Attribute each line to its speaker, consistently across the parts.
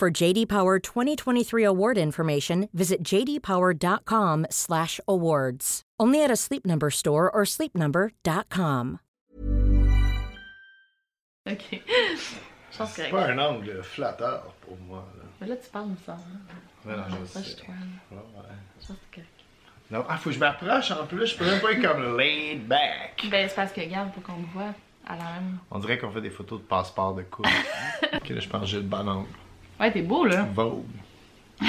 Speaker 1: For JD Power 2023 award information, visit jdpower.com/awards. Only at a Sleep Number store or sleepnumber.com.
Speaker 2: Ok. Je pense que.
Speaker 3: C'est pas un angle flatteur pour moi. Là.
Speaker 2: Mais là, tu parles, me semble.
Speaker 3: Mais non, je sais.
Speaker 2: Approche-toi.
Speaker 3: Ouais, ouais.
Speaker 2: Je pense que c'est correct.
Speaker 3: Non, ah, faut que je m'approche en plus, je peux même pas être comme laid back.
Speaker 2: Ben, c'est parce que, regarde, pour qu'on me voit à la même.
Speaker 3: On dirait qu'on fait des photos de passeport de couple. ok, là, je pense que j'ai le bon angle.
Speaker 2: Ouais, t'es beau, là.
Speaker 3: Vogue. tu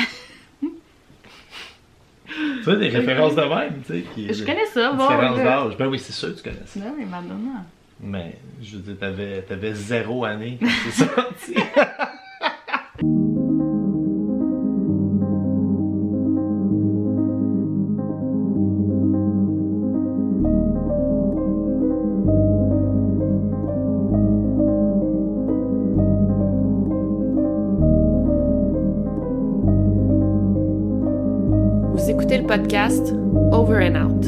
Speaker 3: sais, des références de même, tu sais. qui-
Speaker 2: Je connais ça, Vogue.
Speaker 3: Différences d'âge. Ben oui, c'est sûr que tu connais ça.
Speaker 2: Non, mais Madonna.
Speaker 3: Mais je veux dire, t'avais, t'avais zéro année. quand C'est sorti.
Speaker 4: Vous écoutez le podcast Over and Out.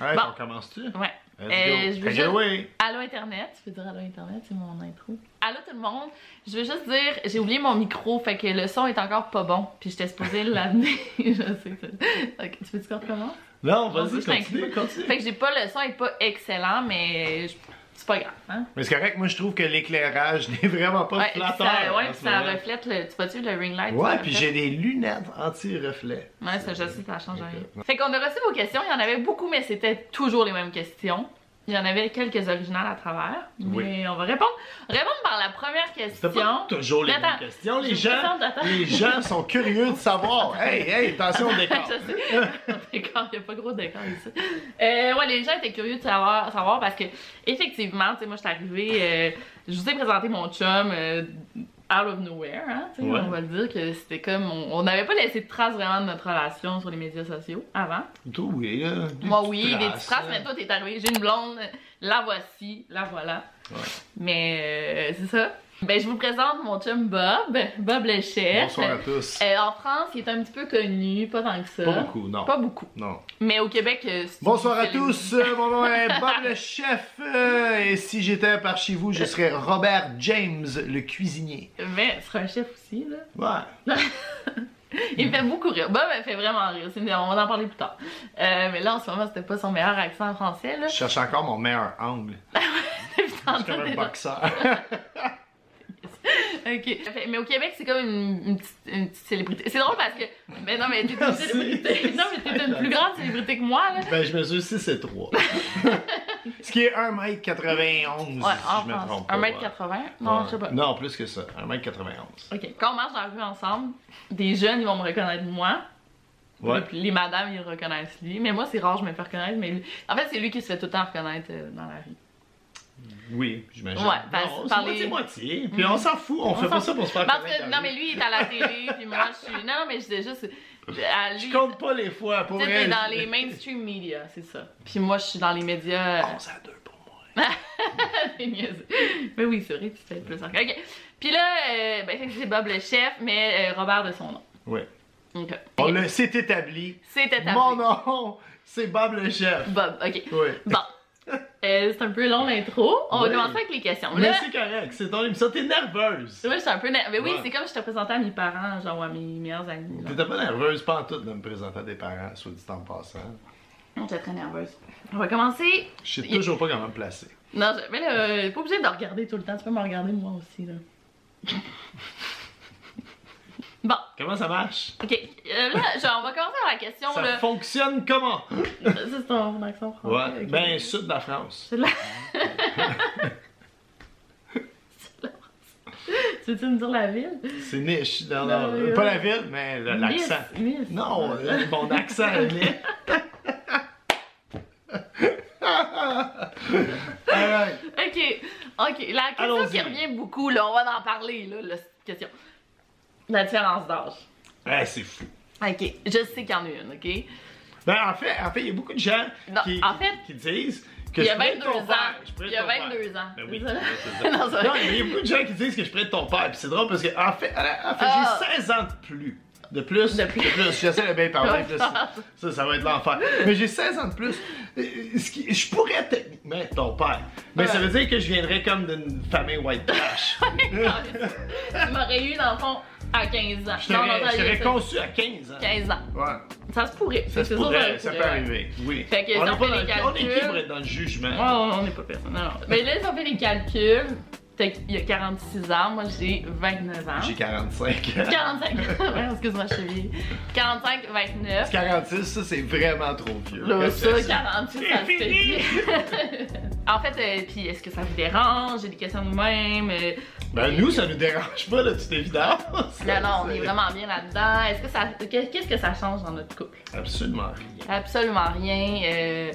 Speaker 3: Ouais,
Speaker 2: Bon.
Speaker 3: on commence-tu?
Speaker 2: Ouais. Euh,
Speaker 3: Let's go.
Speaker 2: je veux
Speaker 3: Take it
Speaker 2: juste-
Speaker 3: away.
Speaker 2: Allô Internet, tu peux dire Allô Internet, c'est mon intro. Allô tout le monde, je veux juste dire, j'ai oublié mon micro, fait que le son est encore pas bon, puis j'étais supposée l'amener. je sais ça. Ok, tu veux tu qu'on recommence?
Speaker 3: Non,
Speaker 2: Vas-y,
Speaker 3: vas-y,
Speaker 2: je t'inquiète.
Speaker 3: continue, continue.
Speaker 2: Fait que j'ai pas le son est pas excellent, mais je- c'est pas grave, hein?
Speaker 3: Mais c'est correct, moi je trouve que l'éclairage n'est vraiment pas
Speaker 2: Ouais, puis
Speaker 3: flatteur.
Speaker 2: ça, ouais,
Speaker 3: en
Speaker 2: puis
Speaker 3: ce
Speaker 2: ça
Speaker 3: moment.
Speaker 2: reflète le. Tu vois-tu le ring light?
Speaker 3: Ouais,
Speaker 2: ça
Speaker 3: puis
Speaker 2: reflète-
Speaker 3: j'ai des lunettes anti-reflet.
Speaker 2: Ouais, ça, je sais, ça change rien. Fait qu'on a reçu vos questions, il y en avait beaucoup, mais c'était toujours les mêmes questions. Il y en avait quelques originales à travers, mais
Speaker 3: Oui.
Speaker 2: on va répondre. Répondre par la première question.
Speaker 3: C'était pas toujours les
Speaker 2: Attends,
Speaker 3: mêmes questions.
Speaker 2: je
Speaker 3: Les
Speaker 2: vous
Speaker 3: gens,
Speaker 2: présente, attends.
Speaker 3: les gens sont curieux de savoir. hey, hey, attention au décor.
Speaker 2: Je sais. Décor, il n'y a pas gros décor ici. Euh, ouais, les gens étaient curieux de savoir, savoir parce que, effectivement, tu sais, moi, je suis arrivée, euh, je vous ai présenté mon chum euh, out of nowhere, hein, tu sais,
Speaker 3: Ouais.
Speaker 2: on va le dire que c'était comme, on on n'avait pas laissé de traces vraiment de notre relation sur les médias sociaux avant.
Speaker 3: Toi, oui, là. des
Speaker 2: Moi,
Speaker 3: petites
Speaker 2: oui, des petites traces,
Speaker 3: hein.
Speaker 2: mais toi, t'es arrivé, j'ai une blonde, la voici, la voilà.
Speaker 3: Ouais.
Speaker 2: Mais, euh, c'est ça. Ben, je vous présente mon chum Bob, Bob Lechette.
Speaker 3: Bonsoir à tous.
Speaker 2: Euh, en France, il est un petit peu connu, pas tant que ça.
Speaker 3: Pas beaucoup, non.
Speaker 2: euh, Pas beaucoup.
Speaker 3: Non.
Speaker 2: Mais au Québec, euh, c'est-
Speaker 3: Bonsoir à
Speaker 2: c'est-
Speaker 3: tous, euh, mon nom est Bob le chef, euh, et si j'étais par chez vous, je serais Robert James le cuisinier.
Speaker 2: Mais c'est un chef aussi, là.
Speaker 3: Ouais,
Speaker 2: Il me fait beaucoup rire. Bob me fait vraiment rire. C'est- On va en parler plus tard. Euh, mais là, en ce moment, c'était pas son meilleur accent français, là.
Speaker 3: je cherche encore mon meilleur angle.
Speaker 2: Puis
Speaker 3: Je suis
Speaker 2: t'entends
Speaker 3: comme un
Speaker 2: des-
Speaker 3: boxeur.
Speaker 2: Ok. Fait- Mais au Québec, c'est comme une, une petite, une petite célébrité. C'est drôle parce que. Mais non, mais t'es une
Speaker 3: Merci.
Speaker 2: célébrité. Non, mais t'es une plus grande célébrité que moi, là.
Speaker 3: Ben, je mesure 6 et 3. Ce qui est 1m91,
Speaker 2: Ouais,
Speaker 3: Ben, si
Speaker 2: en
Speaker 3: je me
Speaker 2: France.
Speaker 3: trompe pas.
Speaker 2: 1m80. Non, je sais pas.
Speaker 3: Non, plus que ça. 1m91.
Speaker 2: Ok. Quand on marche dans la rue ensemble, des jeunes, ils vont me reconnaître moi.
Speaker 3: Ouais.
Speaker 2: Et puis les madames, ils le reconnaissent lui. Mais moi, c'est rare, je me fais reconnaître. Mais lui- en fait, c'est lui qui se fait tout le temps reconnaître euh, dans la rue.
Speaker 3: Oui, j'imagine.
Speaker 2: Ouais, ben, parce-
Speaker 3: Non,
Speaker 2: par
Speaker 3: c'est
Speaker 2: les-
Speaker 3: moitié-moitié.
Speaker 2: Mm-hmm.
Speaker 3: Puis on s'en fout, on, fait pas ça pour se faire
Speaker 2: Parce
Speaker 3: connaître
Speaker 2: que, non,
Speaker 3: dans la
Speaker 2: mais
Speaker 3: vie.
Speaker 2: lui, il est à la télé, puis moi, je suis. Non, non, mais je disais juste. à lui,
Speaker 3: Je compte pas les fois pour
Speaker 2: tu sais,
Speaker 3: elle.
Speaker 2: t'es dans les mainstream media, c'est ça. Puis moi, je suis dans les médias. euh,
Speaker 3: 11 à 2 pour moi.
Speaker 2: T'es niaiseux. Mais oui, c'est vrai, tu fais plus encore. Ok. Puis là, euh, ben, fait que c'est Bob le chef, mais euh, Robert de son nom.
Speaker 3: Ouais.
Speaker 2: Ok.
Speaker 3: On le s'est établi.
Speaker 2: C'était ta
Speaker 3: Mon nom, c'est Bob le chef.
Speaker 2: Bob, ok.
Speaker 3: Oui.
Speaker 2: Bon. Euh, c'est un peu long l'intro. On
Speaker 3: Oui.
Speaker 2: va commencer avec les questions.
Speaker 3: Mais
Speaker 2: Là,
Speaker 3: c'est correct, c'est ton émission. T'es nerveuse.
Speaker 2: tu vois, je suis un peu nerveuse. Mais oui,
Speaker 3: Ouais.
Speaker 2: c'est comme je te présentais à mes parents, genre, ou à mes meilleurs amis. genre.
Speaker 3: T'étais pas nerveuse, pas en tout, de me présenter à des parents, soit dit en passant.
Speaker 2: J'étais très nerveuse. On va commencer.
Speaker 3: Je sais
Speaker 2: Il-
Speaker 3: toujours pas comment me placer.
Speaker 2: Non, je- mais là, euh, t'es pas obligé de regarder tout le temps. Tu peux me regarder moi aussi, là. Bon,
Speaker 3: Comment ça marche?
Speaker 2: ok. Euh, là, genre, on va commencer par la question,
Speaker 3: Ça
Speaker 2: là.
Speaker 3: fonctionne comment?
Speaker 2: Ça, C'est ton accent français.
Speaker 3: Ouais.
Speaker 2: ok.
Speaker 3: Ben, sud de la France.
Speaker 2: C'est de la. C'est de la- Tu veux-tu me dire la ville?
Speaker 3: C'est niche. Non,
Speaker 2: Non,
Speaker 3: non,
Speaker 2: oui,
Speaker 3: pas
Speaker 2: oui.
Speaker 3: la ville, mais le- l'accent.
Speaker 2: Ben, euh, Nice, nice.
Speaker 3: Non, euh, mon accent est niche.
Speaker 5: Alright.
Speaker 2: Ok, ok. La question
Speaker 3: Allons-y.
Speaker 2: qui revient beaucoup, là, on va en parler, là, la question. La différence d'âge.
Speaker 3: Ouais, Eh, c'est fou.
Speaker 2: Ok, je sais qu'il y en a une, ok?
Speaker 3: Ben, en fait, en fait, il y a beaucoup de gens
Speaker 2: Non,
Speaker 3: qui,
Speaker 2: en fait,
Speaker 3: qui disent que
Speaker 2: Il y a
Speaker 3: je pourrais être
Speaker 2: 22
Speaker 3: ton
Speaker 2: ans.
Speaker 3: père. Je pourrais
Speaker 2: Il y a
Speaker 3: être ton
Speaker 2: 22
Speaker 3: père.
Speaker 2: ans.
Speaker 3: Ben oui,
Speaker 2: Désolé.
Speaker 3: je pourrais être
Speaker 2: Non,
Speaker 3: ton
Speaker 2: c'est
Speaker 3: père.
Speaker 2: vrai.
Speaker 3: Non, il y a beaucoup de gens qui disent que je pourrais être ton père. Puis c'est drôle parce que, en fait, en fait,
Speaker 2: Ah.
Speaker 3: j'ai 16 ans de plus. De plus.
Speaker 2: De plus.
Speaker 3: J'essaie de bien parler. puis là, c'est- ça, ça va être l'enfer. Mais j'ai 16 ans de plus. Euh, ce qui- je pourrais techniquement être ton père. Mais ça veut dire que je viendrais comme d'une famille white trash.
Speaker 2: tu m'aurais eu, dans le fond, à 15 ans.
Speaker 3: Je t'aurais-
Speaker 2: t'as
Speaker 3: je t'aurais
Speaker 2: eu
Speaker 3: conçu à 15 ans.
Speaker 2: 15 ans.
Speaker 3: Ouais.
Speaker 2: Ça se pourrait.
Speaker 3: Ça,
Speaker 2: c'est
Speaker 3: se
Speaker 2: sûr, euh,
Speaker 3: pourrait, ça
Speaker 2: pourrait,
Speaker 3: peut
Speaker 2: ouais.
Speaker 3: arriver, oui.
Speaker 2: Fait que
Speaker 3: on,
Speaker 2: si
Speaker 3: est
Speaker 2: on
Speaker 3: pas
Speaker 2: fait
Speaker 3: dans,
Speaker 2: des
Speaker 3: on est qui
Speaker 2: calculs-
Speaker 3: pour être dans le jugement?
Speaker 2: Ouais, on n'est pas personne. non, non. Mais là, ils ont fait les calculs. Fait qu'il y a 46 ans, moi j'ai 29 ans.
Speaker 3: J'ai 45.
Speaker 2: 45. Ouais, Excuse-moi, je suis vieille. 45, 29.
Speaker 3: 46, ça c'est vraiment trop vieux.
Speaker 2: Là, ça,
Speaker 3: Comme
Speaker 2: 46,
Speaker 3: C'est
Speaker 2: ça se fait
Speaker 3: fini.
Speaker 2: bien. En fait, euh, puis est-ce que ça vous dérange? J'ai des questions de même. euh,
Speaker 3: Ben nous, ça nous dérange pas, là, toute évidence.
Speaker 2: Là, non, on est vraiment bien là-dedans. Est-ce que ça. Qu'est-ce que ça change dans notre couple?
Speaker 3: Absolument rien.
Speaker 2: Absolument rien. euh,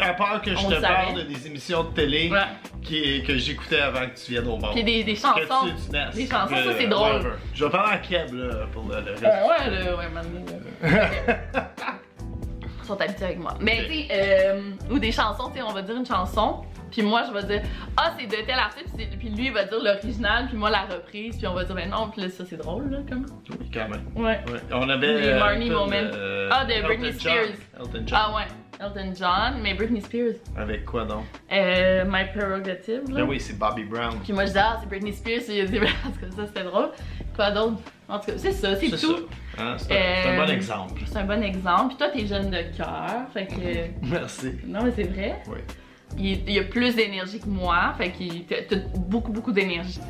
Speaker 3: À part que je
Speaker 2: On
Speaker 3: te
Speaker 2: le
Speaker 3: parle
Speaker 2: savait.
Speaker 3: de des émissions de télé
Speaker 2: Ouais.
Speaker 3: qui, que j'écoutais avant que tu viennes au monde.
Speaker 2: Puis des, des
Speaker 3: Que
Speaker 2: chansons.
Speaker 3: tu- tu naisses.
Speaker 2: des chansons, ça
Speaker 3: Euh,
Speaker 2: c'est drôle.
Speaker 3: whatever. Je vais parler à Keb, là, pour le, le reste.
Speaker 2: Euh, ouais, là, ouais, maintenant. Ils sont habitués avec moi. Mais
Speaker 3: Ok.
Speaker 2: tu sais, euh, ou des chansons, tu sais, on va dire une chanson, puis moi je vais dire Ah, c'est de tel artiste, puis c'est- puis lui il va dire l'original, puis moi la reprise, puis on va dire Ben non, puis là ça c'est drôle, là, comme.
Speaker 3: Oui, quand même.
Speaker 2: Ouais.
Speaker 3: Ouais. On avait...
Speaker 2: Les
Speaker 3: euh,
Speaker 2: Marnie
Speaker 3: Elton,
Speaker 2: Moment.
Speaker 3: euh,
Speaker 2: Ah, de
Speaker 3: Elton
Speaker 2: Britney
Speaker 3: John.
Speaker 2: Spears.
Speaker 3: Elton John.
Speaker 2: Ah ouais, Elton John, mais Britney Spears,
Speaker 3: Avec quoi, donc?
Speaker 2: euh, My Prerogative, là.
Speaker 3: Ben oui, c'est Bobby Brown.
Speaker 2: Puis moi je dis Ah, c'est Britney Spears, et il a dit Ben, en tout cas, ça c'était drôle. Quoi d'autre En tout cas, c'est ça, c'est
Speaker 3: C'est ça.
Speaker 2: tout.
Speaker 3: Hein, c'est un, c'est un
Speaker 2: Euh,
Speaker 3: bon exemple.
Speaker 2: C'est un bon exemple. Puis toi, t'es jeune de cœur, fait que.
Speaker 3: Merci.
Speaker 2: Non, mais c'est vrai.
Speaker 3: Oui.
Speaker 2: Il, il a plus d'énergie que moi, fait qu'il t'a t'as beaucoup, beaucoup d'énergie.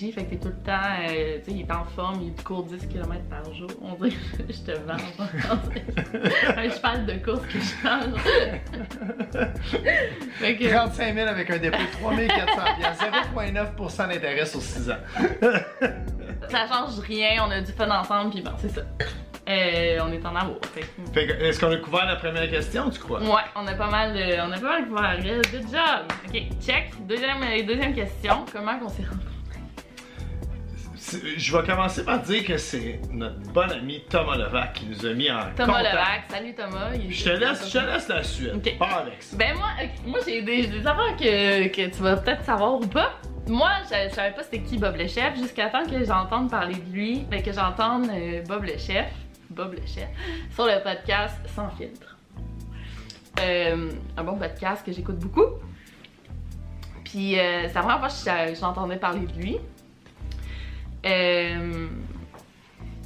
Speaker 2: fait que t'es tout le temps, euh, tu sais, il est en forme, il court 10 km par jour. On dirait que je te vends. un cheval de course qui change. fait que.
Speaker 5: 35 000 avec un dépôt de 3 400 piastres, 0,9 d'intérêt sur 6 ans.
Speaker 2: Ça change rien, on a du fun ensemble, puis bon, c'est ça. Euh, on est en amour. Fait que-
Speaker 3: Fait que, est-ce qu'on a couvert la première question, tu crois?
Speaker 2: Ouais, on a pas mal, euh, on a pas mal couvert. Euh, Good job. Ok, check. Deuxième, euh, deuxième question. Comment qu'on s'est rencontrés?
Speaker 3: C'est- Je vais commencer par dire que c'est notre bon ami Thomas Levac qui nous a mis en
Speaker 2: Thomas
Speaker 3: contact.
Speaker 2: Levac. Salut Thomas. Il est-
Speaker 3: Je te laisse, je te laisse la suite.
Speaker 2: Ok.
Speaker 3: Pas avec ça.
Speaker 2: Ben moi, ok, moi j'ai des, des affaires que, que tu vas peut-être savoir ou pas. Moi, je, je savais pas c'était qui Bob le chef jusqu'à temps que j'entende parler de lui, ben que j'entende euh, Bob le chef, Bob le chef, sur le podcast Sans filtre. Euh, un bon podcast que j'écoute beaucoup. Puis euh, c'est la première fois que je- j'entendais parler de lui. Euh,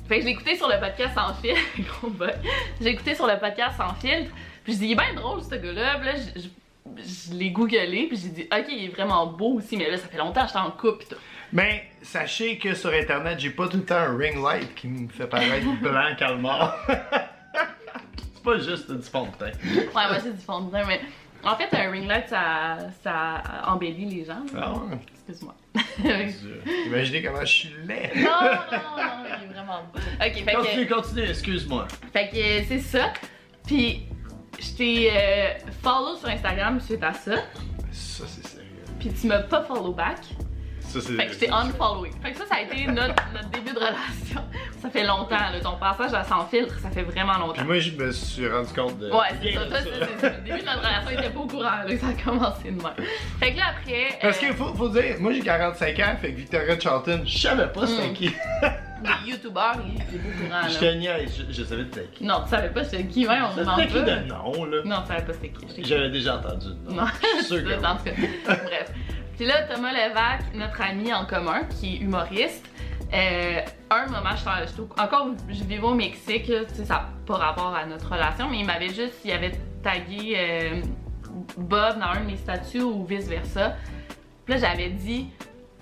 Speaker 2: Fait que je l'ai écouté sur le podcast sans filtre. Gros bug. J'ai écouté sur le podcast sans filtre. Puis je dis, il est bien drôle ce gars-là. Puis là, je, je- je l'ai googlé. Puis j'ai dit, ok, il est vraiment beau aussi. Mais là, ça fait longtemps que j'étais en couple. pis tout.
Speaker 5: Mais sachez que sur Internet, j'ai pas tout le temps un ring light qui me fait paraître blanc.
Speaker 3: Blanc calmar. c'est pas juste du fond de teint.
Speaker 2: Ouais, moi, c'est du fond de teint, Mais en fait, un ring light, ça, ça embellit les gens. là.
Speaker 3: Ah ouais.
Speaker 2: Excuse-moi.
Speaker 3: Dieu.
Speaker 5: Imaginez comment je suis laid.
Speaker 2: non, non, non, il est vraiment beau. Ok, fait que.
Speaker 3: Continue, continue, excuse-moi.
Speaker 2: Fait que euh, c'est ça. Puis je t'ai euh, follow sur Instagram suite à ça.
Speaker 3: Ça, c'est sérieux.
Speaker 2: Puis tu m'as pas follow back.
Speaker 3: Ça, c'est
Speaker 2: Fait que je t'ai unfollowé. Fait que ça, ça a été notre, notre début de relation. Ça fait longtemps, là. Ton passage à sans filtre, ça fait vraiment longtemps.
Speaker 5: Puis moi, je me suis rendu compte de.
Speaker 2: Ouais, c'est ça. Toi, c'est- c'est- c'est- le début de notre relation, il était pas au courant, là, que ça a commencé de même. Fait que là, après. euh,
Speaker 5: Parce qu'il faut, faut dire, moi j'ai 45 ans, fait que Victoria Charlton,
Speaker 3: Je savais pas
Speaker 2: Hmm.
Speaker 3: c'était qui.
Speaker 2: Les youtubeurs, ils étaient pas au courant,
Speaker 3: Je
Speaker 2: là.
Speaker 3: te niaise, je, je savais c'était qui.
Speaker 2: Non, tu savais pas c'était qui, ouais, Ah, on se ment
Speaker 3: C'était qui
Speaker 2: pas.
Speaker 3: de nom, là?
Speaker 2: Non, tu savais pas c'était qui. Je t'ai
Speaker 3: J'avais déjà entendu. le nom.
Speaker 2: Non,
Speaker 3: Je suis sûr que
Speaker 2: en tout cas, Bref. Puis là, Thomas Levac, notre ami en commun, qui est humoriste, euh, un moment, je, je, trouve- encore, je vivais au Mexique, là, tu sais, ça n'a pas rapport à notre relation, mais il m'avait juste, il avait tagué euh, Bob dans un de mes statuts ou vice-versa. Puis là, j'avais dit,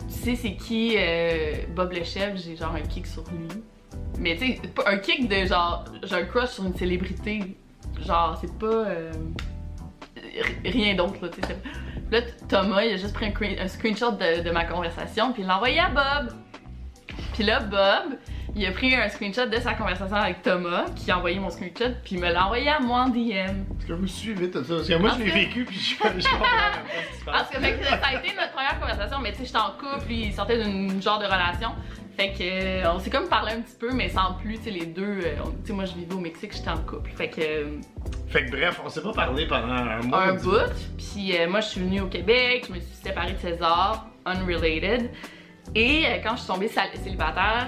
Speaker 2: tu sais c'est qui euh, Bob le chef, j'ai genre un kick sur lui. Mais tu sais, pas- un kick de genre, j'ai un crush sur une célébrité. Genre, c'est pas. euh, r- rien d'autre, là, tu sais. c'est- Là, t- Thomas, il a juste pris un, cre- un screenshot de, de ma conversation, puis il l'a envoyé à Bob. Puis là, Bob, il a pris un screenshot de sa conversation avec Thomas, qui a envoyé mon screenshot, puis il me l'a envoyé à moi en DM.
Speaker 3: Est-ce que vous suivez tout ça? Parce que moi,
Speaker 2: En
Speaker 3: je l'ai
Speaker 2: fait-
Speaker 3: vécu, puis je je comprends même pas ce qui se
Speaker 2: Ah, Parce
Speaker 3: passe.
Speaker 2: que fait que ça a été notre première conversation, mais tu sais, j'étais en couple, lui, il sortait d'une genre de relation. Fait que euh, on s'est comme parlé un petit peu, mais sans plus, tu sais, les deux. euh, on- tu sais, moi, je vivais au Mexique, j'étais en couple. Fait que. euh,
Speaker 3: Fait que bref, on s'est pas parlé pendant un mois.
Speaker 2: un
Speaker 3: ou dix
Speaker 2: bout. Puis euh, moi, je suis venue au Québec, je me suis séparée de César, unrelated. Et euh, quand je suis tombée sal- célibataire,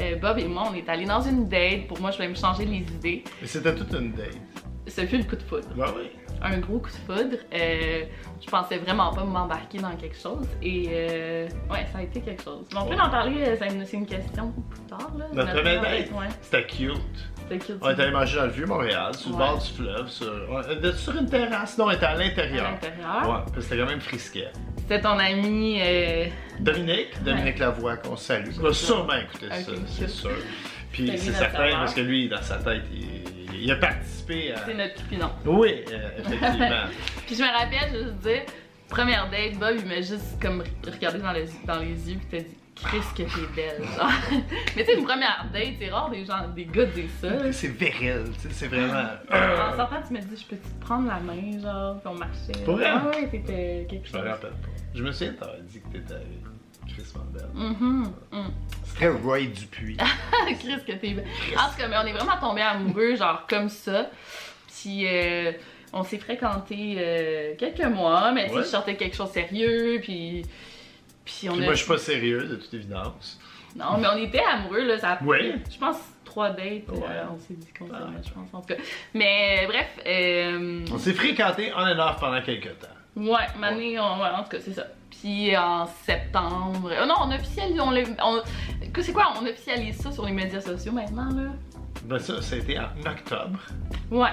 Speaker 2: euh, Bob et moi, on est allés dans une date. Pour moi, je voulais me changer les idées.
Speaker 3: Mais C'était toute une date.
Speaker 2: Ce fut le coup de foudre.
Speaker 3: Bah oui.
Speaker 2: Un gros coup de foudre. Euh, je pensais vraiment pas m'embarquer dans quelque chose. Et euh, ouais, ça a été quelque chose. Mais on peut
Speaker 3: Ouais.
Speaker 2: en parler, euh, ça- c'est une question plus tard. Là,
Speaker 3: Notre première date,
Speaker 2: Ouais,
Speaker 3: c'était cute.
Speaker 2: c'était cute.
Speaker 3: On était allé manger dans le Vieux-Montréal, sur
Speaker 2: Ouais.
Speaker 3: le bord du fleuve, sur, on était sur une terrasse. Non, on était à l'intérieur.
Speaker 2: À l'intérieur.
Speaker 3: Ouais, parce que c'était quand même frisquet.
Speaker 2: C'était ton ami. euh,
Speaker 3: Dominique, Dominique Lavoie, qu'on salue. Il va sûrement écouter
Speaker 2: Ok,
Speaker 3: ça,
Speaker 2: cute.
Speaker 3: c'est sûr. Puis
Speaker 2: Salut
Speaker 3: c'est
Speaker 2: notre
Speaker 3: certain,
Speaker 2: serveur.
Speaker 3: parce que lui, dans sa tête, il, il a participé à...
Speaker 2: c'est notre cupidon.
Speaker 3: Oui, euh, effectivement.
Speaker 2: Puis je me rappelle, je me suis dit, première date, Bob, il m'a juste comme regardé dans les, dans les yeux, puis t'as dit, Chris, que t'es belle. genre. Mais tu sais, une première date, c'est rare, des, gens, des gars disent ça.
Speaker 3: c'est Euh. viril, tu sais, c'est vraiment... Ah,
Speaker 2: En sortant, tu me dis, je peux te prendre la main, genre, puis on marchait.
Speaker 3: Pour vrai?
Speaker 2: Ah ouais, c'était quelque
Speaker 3: Je me
Speaker 2: chose.
Speaker 3: rappelle pas. Je me souviens, t'avais dit que t'étais avec Chris Mandel.
Speaker 2: Mhm, mhm.
Speaker 5: C'est très Roy Dupuis.
Speaker 2: Ah, Chris, que t'es belle. En tout cas, mais on est vraiment tombés amoureux, genre, comme ça. Puis euh, on s'est fréquentés euh, quelques mois, mais tu sais,
Speaker 3: Ouais.
Speaker 2: je sortais quelque chose de sérieux, puis. Puis on
Speaker 3: Puis
Speaker 2: a
Speaker 3: moi, je suis pas sérieux, de toute évidence.
Speaker 2: Non, mais on était amoureux, là. Ça a pris,
Speaker 3: Ouais.
Speaker 2: Je pense, trois dates.
Speaker 3: Ouais.
Speaker 2: euh, on s'est dit qu'on s'aimait,
Speaker 3: Ouais.
Speaker 2: je pense, en tout cas. Mais euh, bref, euh,
Speaker 3: On s'est fréquentés en and off pendant quelques temps.
Speaker 2: ouais, Mané, on- ouais, en tout cas, c'est ça. Puis en septembre. euh, non, on officialise. On, l'a- on- que c'est quoi On officialise ça sur les médias sociaux maintenant, là
Speaker 3: Ben ça, c'était en octobre.
Speaker 2: Ouais,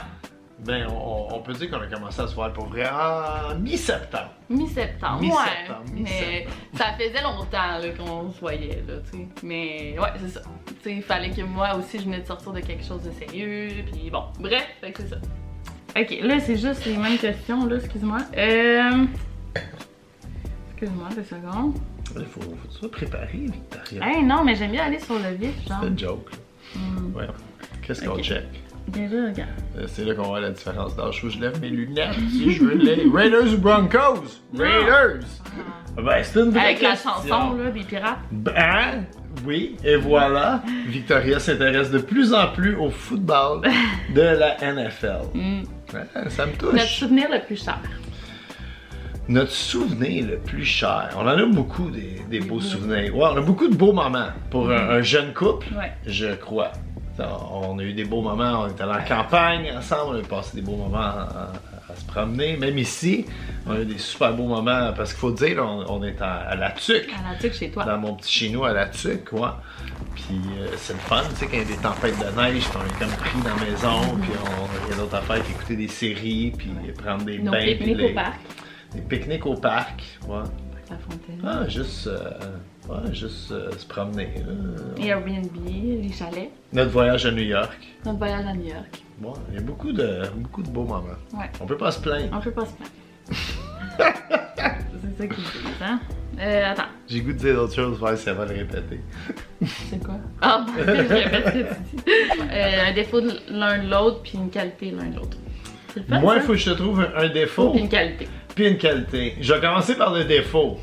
Speaker 3: Ben, on, on peut dire qu'on a commencé à se voir pour vrai en mi-septembre.
Speaker 2: mi-septembre.
Speaker 3: Mi-septembre,
Speaker 2: ouais. Mais
Speaker 3: mi-septembre.
Speaker 2: ça faisait longtemps là, qu'on se voyait, là, tu sais. Mais ouais, c'est ça. Tu sais, il fallait que moi aussi, je venais de sortir de quelque chose de sérieux. Puis bon, bref, fait que c'est ça. Ok, là, c'est juste les mêmes questions, là, excuse-moi. Euh. Excuse-moi deux secondes.
Speaker 3: Il faut, faut se préparer, Victoria.
Speaker 2: Hey, non, mais j'aime bien aller sur le vif, genre.
Speaker 3: C'est une joke. là. Ouais. Qu'est-ce qu'on
Speaker 2: Hmm. Ok.
Speaker 3: check?
Speaker 2: Déjà, regarde.
Speaker 3: Euh, C'est là qu'on voit la différence d'âge. Faut que je lève mes lunettes si je veux les... Raiders ou Broncos? Raiders! Ben, c'est une vraie
Speaker 2: Avec la
Speaker 3: question.
Speaker 2: chanson, là, des pirates.
Speaker 3: Ben, oui, et voilà, Victoria s'intéresse de plus en plus au football de la NFL. Ah, ça me touche.
Speaker 2: Mm. Notre souvenir le plus cher.
Speaker 3: Notre souvenir le plus cher. On en a beaucoup des, des beaux souvenirs. Ouais, on a beaucoup de beaux moments pour un, un jeune couple,
Speaker 2: Mm-hmm. Ouais.
Speaker 3: je crois. On a eu des beaux moments, on est allé en campagne ensemble, on a passé des beaux moments à, à se promener. Même ici, on a eu des super beaux moments parce qu'il faut dire, on, on est à, à la tuque
Speaker 2: À la tuque chez toi.
Speaker 3: dans mon petit chino à la tuque, quoi. Puis euh, c'est le fun, tu sais, quand il y a des tempêtes de neige, puis on est comme pris dans la maison, puis on, il y a d'autres affaires qu'écouter des séries, puis prendre des
Speaker 2: Nos
Speaker 3: bains. puis
Speaker 2: pique-niques
Speaker 3: les-
Speaker 2: au parc.
Speaker 3: Des pique-niques au parc, ouais.
Speaker 2: La fontaine.
Speaker 3: Ah, juste, euh, ouais, juste euh, se promener. là.
Speaker 2: Et Airbnb, les chalets.
Speaker 3: Notre voyage à New York.
Speaker 2: Notre voyage à New York.
Speaker 3: Ouais, il y a beaucoup de, beaucoup de beaux moments.
Speaker 2: Ouais.
Speaker 3: On peut pas se plaindre.
Speaker 2: On peut pas se plaindre. c'est ça qu'ils disent, hein? Euh, attends,
Speaker 3: J'ai goût de dire d'autres choses, ouais, ça va le répéter.
Speaker 2: c'est quoi? Ah, bon, je répète ce que tu dis. Euh, un défaut de l'un de l'autre, puis une qualité de l'un de l'autre. C'est le fun,
Speaker 3: Moi,
Speaker 2: ça?
Speaker 3: il faut que je te trouve un, un défaut.
Speaker 2: Puis une qualité.
Speaker 3: puis une qualité. Je vais commencer par le défaut.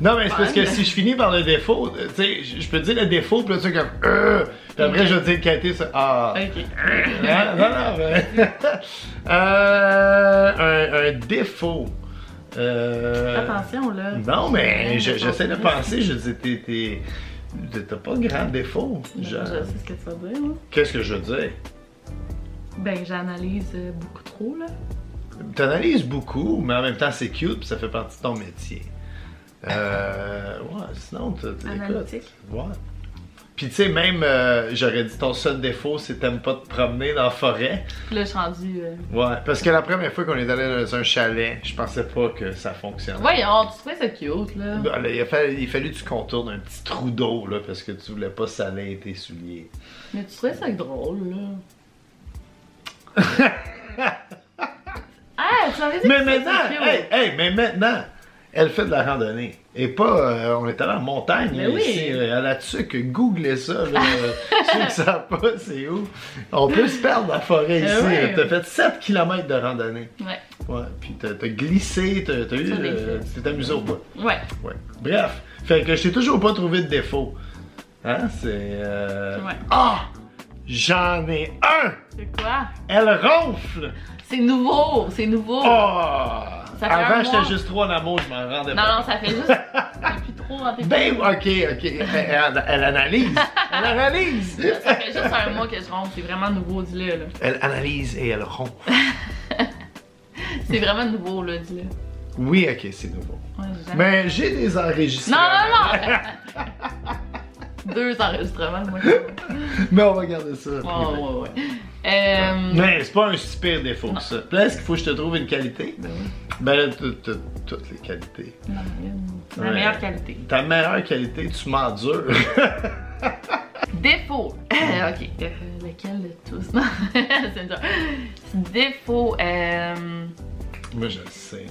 Speaker 3: Non, mais c'est parce que
Speaker 2: Ouais.
Speaker 3: si je finis par le défaut, euh, tu sais, je je peux te dire le défaut, puis là, tu sais, comme. Euh, puis après, je vais te dire qualité, ça. Ah.
Speaker 2: Ok. Euh,
Speaker 3: Hein? Non, non, mais- Euh, un, un défaut. Euh...
Speaker 2: Attention, là. Euh,
Speaker 3: Non, mais je- j'essaie de penser, je dis, t'es- t'es. T'as pas grand défaut.
Speaker 2: Je...
Speaker 3: genre.
Speaker 2: je sais ce que tu vas dire, hein.
Speaker 3: Qu'est-ce que je veux dire?
Speaker 2: Ben, j'analyse euh, beaucoup trop, là.
Speaker 3: T'analyses beaucoup, mais en même temps, c'est cute, puis ça fait partie de ton métier. Euh, ouais, sinon, tu t'écoutes.
Speaker 2: Analytique.
Speaker 3: Ouais. Puis tu sais, même, euh, j'aurais dit ton seul défaut, c'est que t'aimes pas te promener dans la forêt.
Speaker 2: Puis là, je suis rendue. euh,
Speaker 3: Ouais, parce que la première fois qu'on est allé dans un chalet, je pensais pas que ça fonctionnait.
Speaker 2: Voyons, tu trouvais ça cute, là.
Speaker 3: Bah, là, il, a fallu, il a fallu que tu contournes un petit trou d'eau, là, parce que tu voulais pas saler tes souliers.
Speaker 2: Mais tu trouvais ça drôle, là. ah, tu m'avais dit
Speaker 3: Mais
Speaker 2: que tu trouvais
Speaker 3: maintenant,
Speaker 2: ça cute.
Speaker 3: hey, hey, mais maintenant, elle fait de la randonnée. Et pas, euh, on est allé en montagne,
Speaker 2: Mais
Speaker 3: là,
Speaker 2: oui.
Speaker 3: ici, euh, à la tuque, googlez ça, là. ceux qui savent pas, c'est où. On peut se perdre dans la forêt
Speaker 2: Eh
Speaker 3: ici.
Speaker 2: oui.
Speaker 3: là. T'as fait 7 km de randonnée.
Speaker 2: Ouais,
Speaker 3: Ouais, puis t'as t'as glissé, t'as t'as eu,
Speaker 2: Ça, des
Speaker 3: euh,
Speaker 2: fois.
Speaker 3: t'es amusé au bout.
Speaker 2: ouais.
Speaker 3: Ouais. Bref, fait que je t'ai toujours pas trouvé de défaut. Hein, c'est. euh,
Speaker 2: Ouais.
Speaker 3: Ah! J'en ai un!
Speaker 2: C'est quoi?
Speaker 3: Elle ronfle!
Speaker 2: C'est nouveau, c'est nouveau.
Speaker 3: Ah!
Speaker 2: Oh. Ça fait un
Speaker 3: Avant,
Speaker 2: mois.
Speaker 3: j'étais juste trop en amour, je m'en rendais
Speaker 2: Non,
Speaker 3: pas.
Speaker 2: non, ça fait juste. Depuis trop dans tes
Speaker 3: Ben, ok, ok. Elle, elle- elle analyse. Elle analyse.
Speaker 2: Ça fait juste un mois que je ronfle, c'est vraiment nouveau, dis-le. là.
Speaker 3: elle analyse et elle ronfle.
Speaker 2: C'est vraiment nouveau, là, dis-le.
Speaker 3: Oui, ok, c'est nouveau.
Speaker 2: Ouais, j'ai jamais-
Speaker 3: Mais j'ai des enregistrements.
Speaker 2: Non, non, non! Deux enregistrements, moi. Ouais,
Speaker 3: Mais on va garder ça.
Speaker 2: Oh, ouais, ouais. Euh,
Speaker 3: Mais c'est pas un si pire défaut que ça. Puis Là, est-ce qu'il faut que je te trouve une qualité?
Speaker 2: Ben oui.
Speaker 3: Ben là, t'as- t'as toutes les qualités.
Speaker 2: non, une- La
Speaker 3: Ouais.
Speaker 2: meilleure qualité.
Speaker 3: Ta meilleure qualité, tu m'endures.
Speaker 2: Défaut. ok. Euh, lequel de tous? Non, c'est dur. Défaut. Euh,
Speaker 3: Moi, je le sais.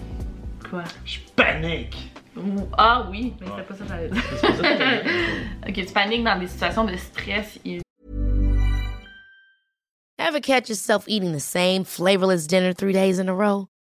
Speaker 2: quoi?
Speaker 3: Je panique.
Speaker 2: Ou- ah oui, mais c'était pas ça que j'allais dire.
Speaker 3: C'est pour ça que t'as-
Speaker 2: Ok, tu paniques dans des situations de stress et
Speaker 6: Ever catch yourself eating the same flavorless dinner three days in a row?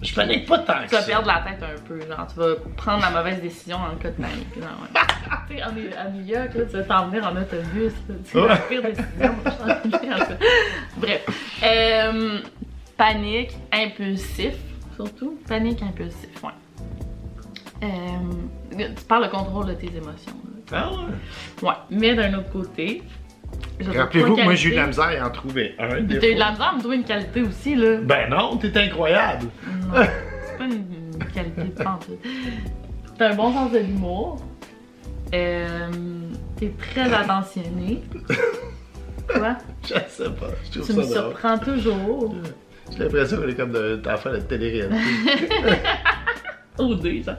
Speaker 3: Je panique pas tant que
Speaker 2: Tu vas
Speaker 3: ça.
Speaker 2: perdre la tête un peu, genre tu vas prendre la mauvaise décision en cas de panique. genre, ouais. tu sais, on est à New York, là, tu vas t'en venir en autobus, là, tu fais la pire décision. genre, Oh. en tout cas. Bref, Euh, panique, impulsif, surtout, panique, impulsif, ouais. Euh, tu perds le contrôle de tes émotions.
Speaker 3: Ah ouais.
Speaker 2: là. Ouais, mais d'un autre côté, je trouve
Speaker 3: Rappelez-vous
Speaker 2: pas
Speaker 3: que moi, j'ai eu de la
Speaker 2: qualité.
Speaker 3: misère à en trouver un. des
Speaker 2: T'as eu de
Speaker 3: fois.
Speaker 2: la misère à me trouver une qualité aussi, là.
Speaker 3: Ben non, t'es incroyable.
Speaker 2: Non, c'est pas une une qualité de pantoute. T'as un bon sens de l'humour. Euh, T'es très attentionné. Quoi?
Speaker 3: Je sais pas. Je trouve
Speaker 2: Tu me
Speaker 3: ça drôle.
Speaker 2: surprends toujours.
Speaker 3: J'ai l'impression qu'on est comme de, t'as fait la télé-réalité.
Speaker 2: Oh, déjà.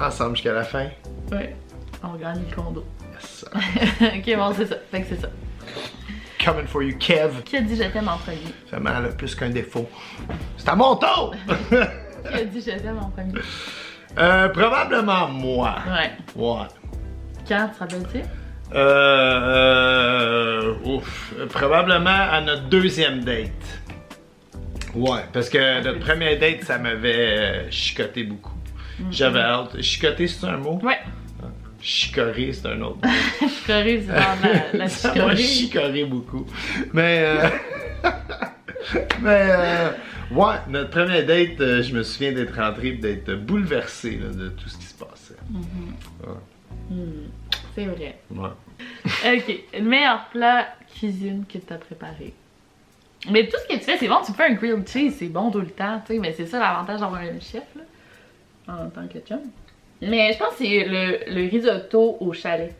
Speaker 3: Ensemble jusqu'à la fin.
Speaker 2: Ouais. On gagne le condo.
Speaker 3: Yes.
Speaker 2: ok, bon, c'est ça. Fait que c'est ça.
Speaker 3: Coming for you, Kev.
Speaker 2: Qui a dit je t'aime en premier?
Speaker 3: Ça mal a plus qu'un défaut. C'est à mon tour!
Speaker 2: Qui a dit je t'aime en premier?
Speaker 3: Euh, probablement moi.
Speaker 2: Ouais.
Speaker 3: Ouais.
Speaker 2: Quand, tu te rappelles-tu?
Speaker 3: Euh, euh, ouf. Probablement à notre deuxième date. Ouais, parce que notre première date, ça m'avait euh, chicoté beaucoup. J'avais hâte. Chicoté, c'est un mot?
Speaker 2: Ouais.
Speaker 3: Chicoré, c'est un autre
Speaker 2: Chicorée, c'est dans la, la
Speaker 3: ça
Speaker 2: chicorée.
Speaker 3: m'a chicoré beaucoup. Mais. euh, Mais. euh, Ouais, notre première date, euh, je me souviens d'être rentré et d'être bouleversé là, de tout ce qui se passait.
Speaker 2: C'est vrai.
Speaker 3: Ouais.
Speaker 2: Ok, le meilleur plat cuisine que t'as préparé. Mais tout ce que tu fais, c'est bon. Tu fais un grilled cheese, c'est bon tout le temps, tu sais. Mais c'est ça l'avantage d'avoir un chef, là, en tant que chum. Mais je pense que c'est le, le risotto au chalet.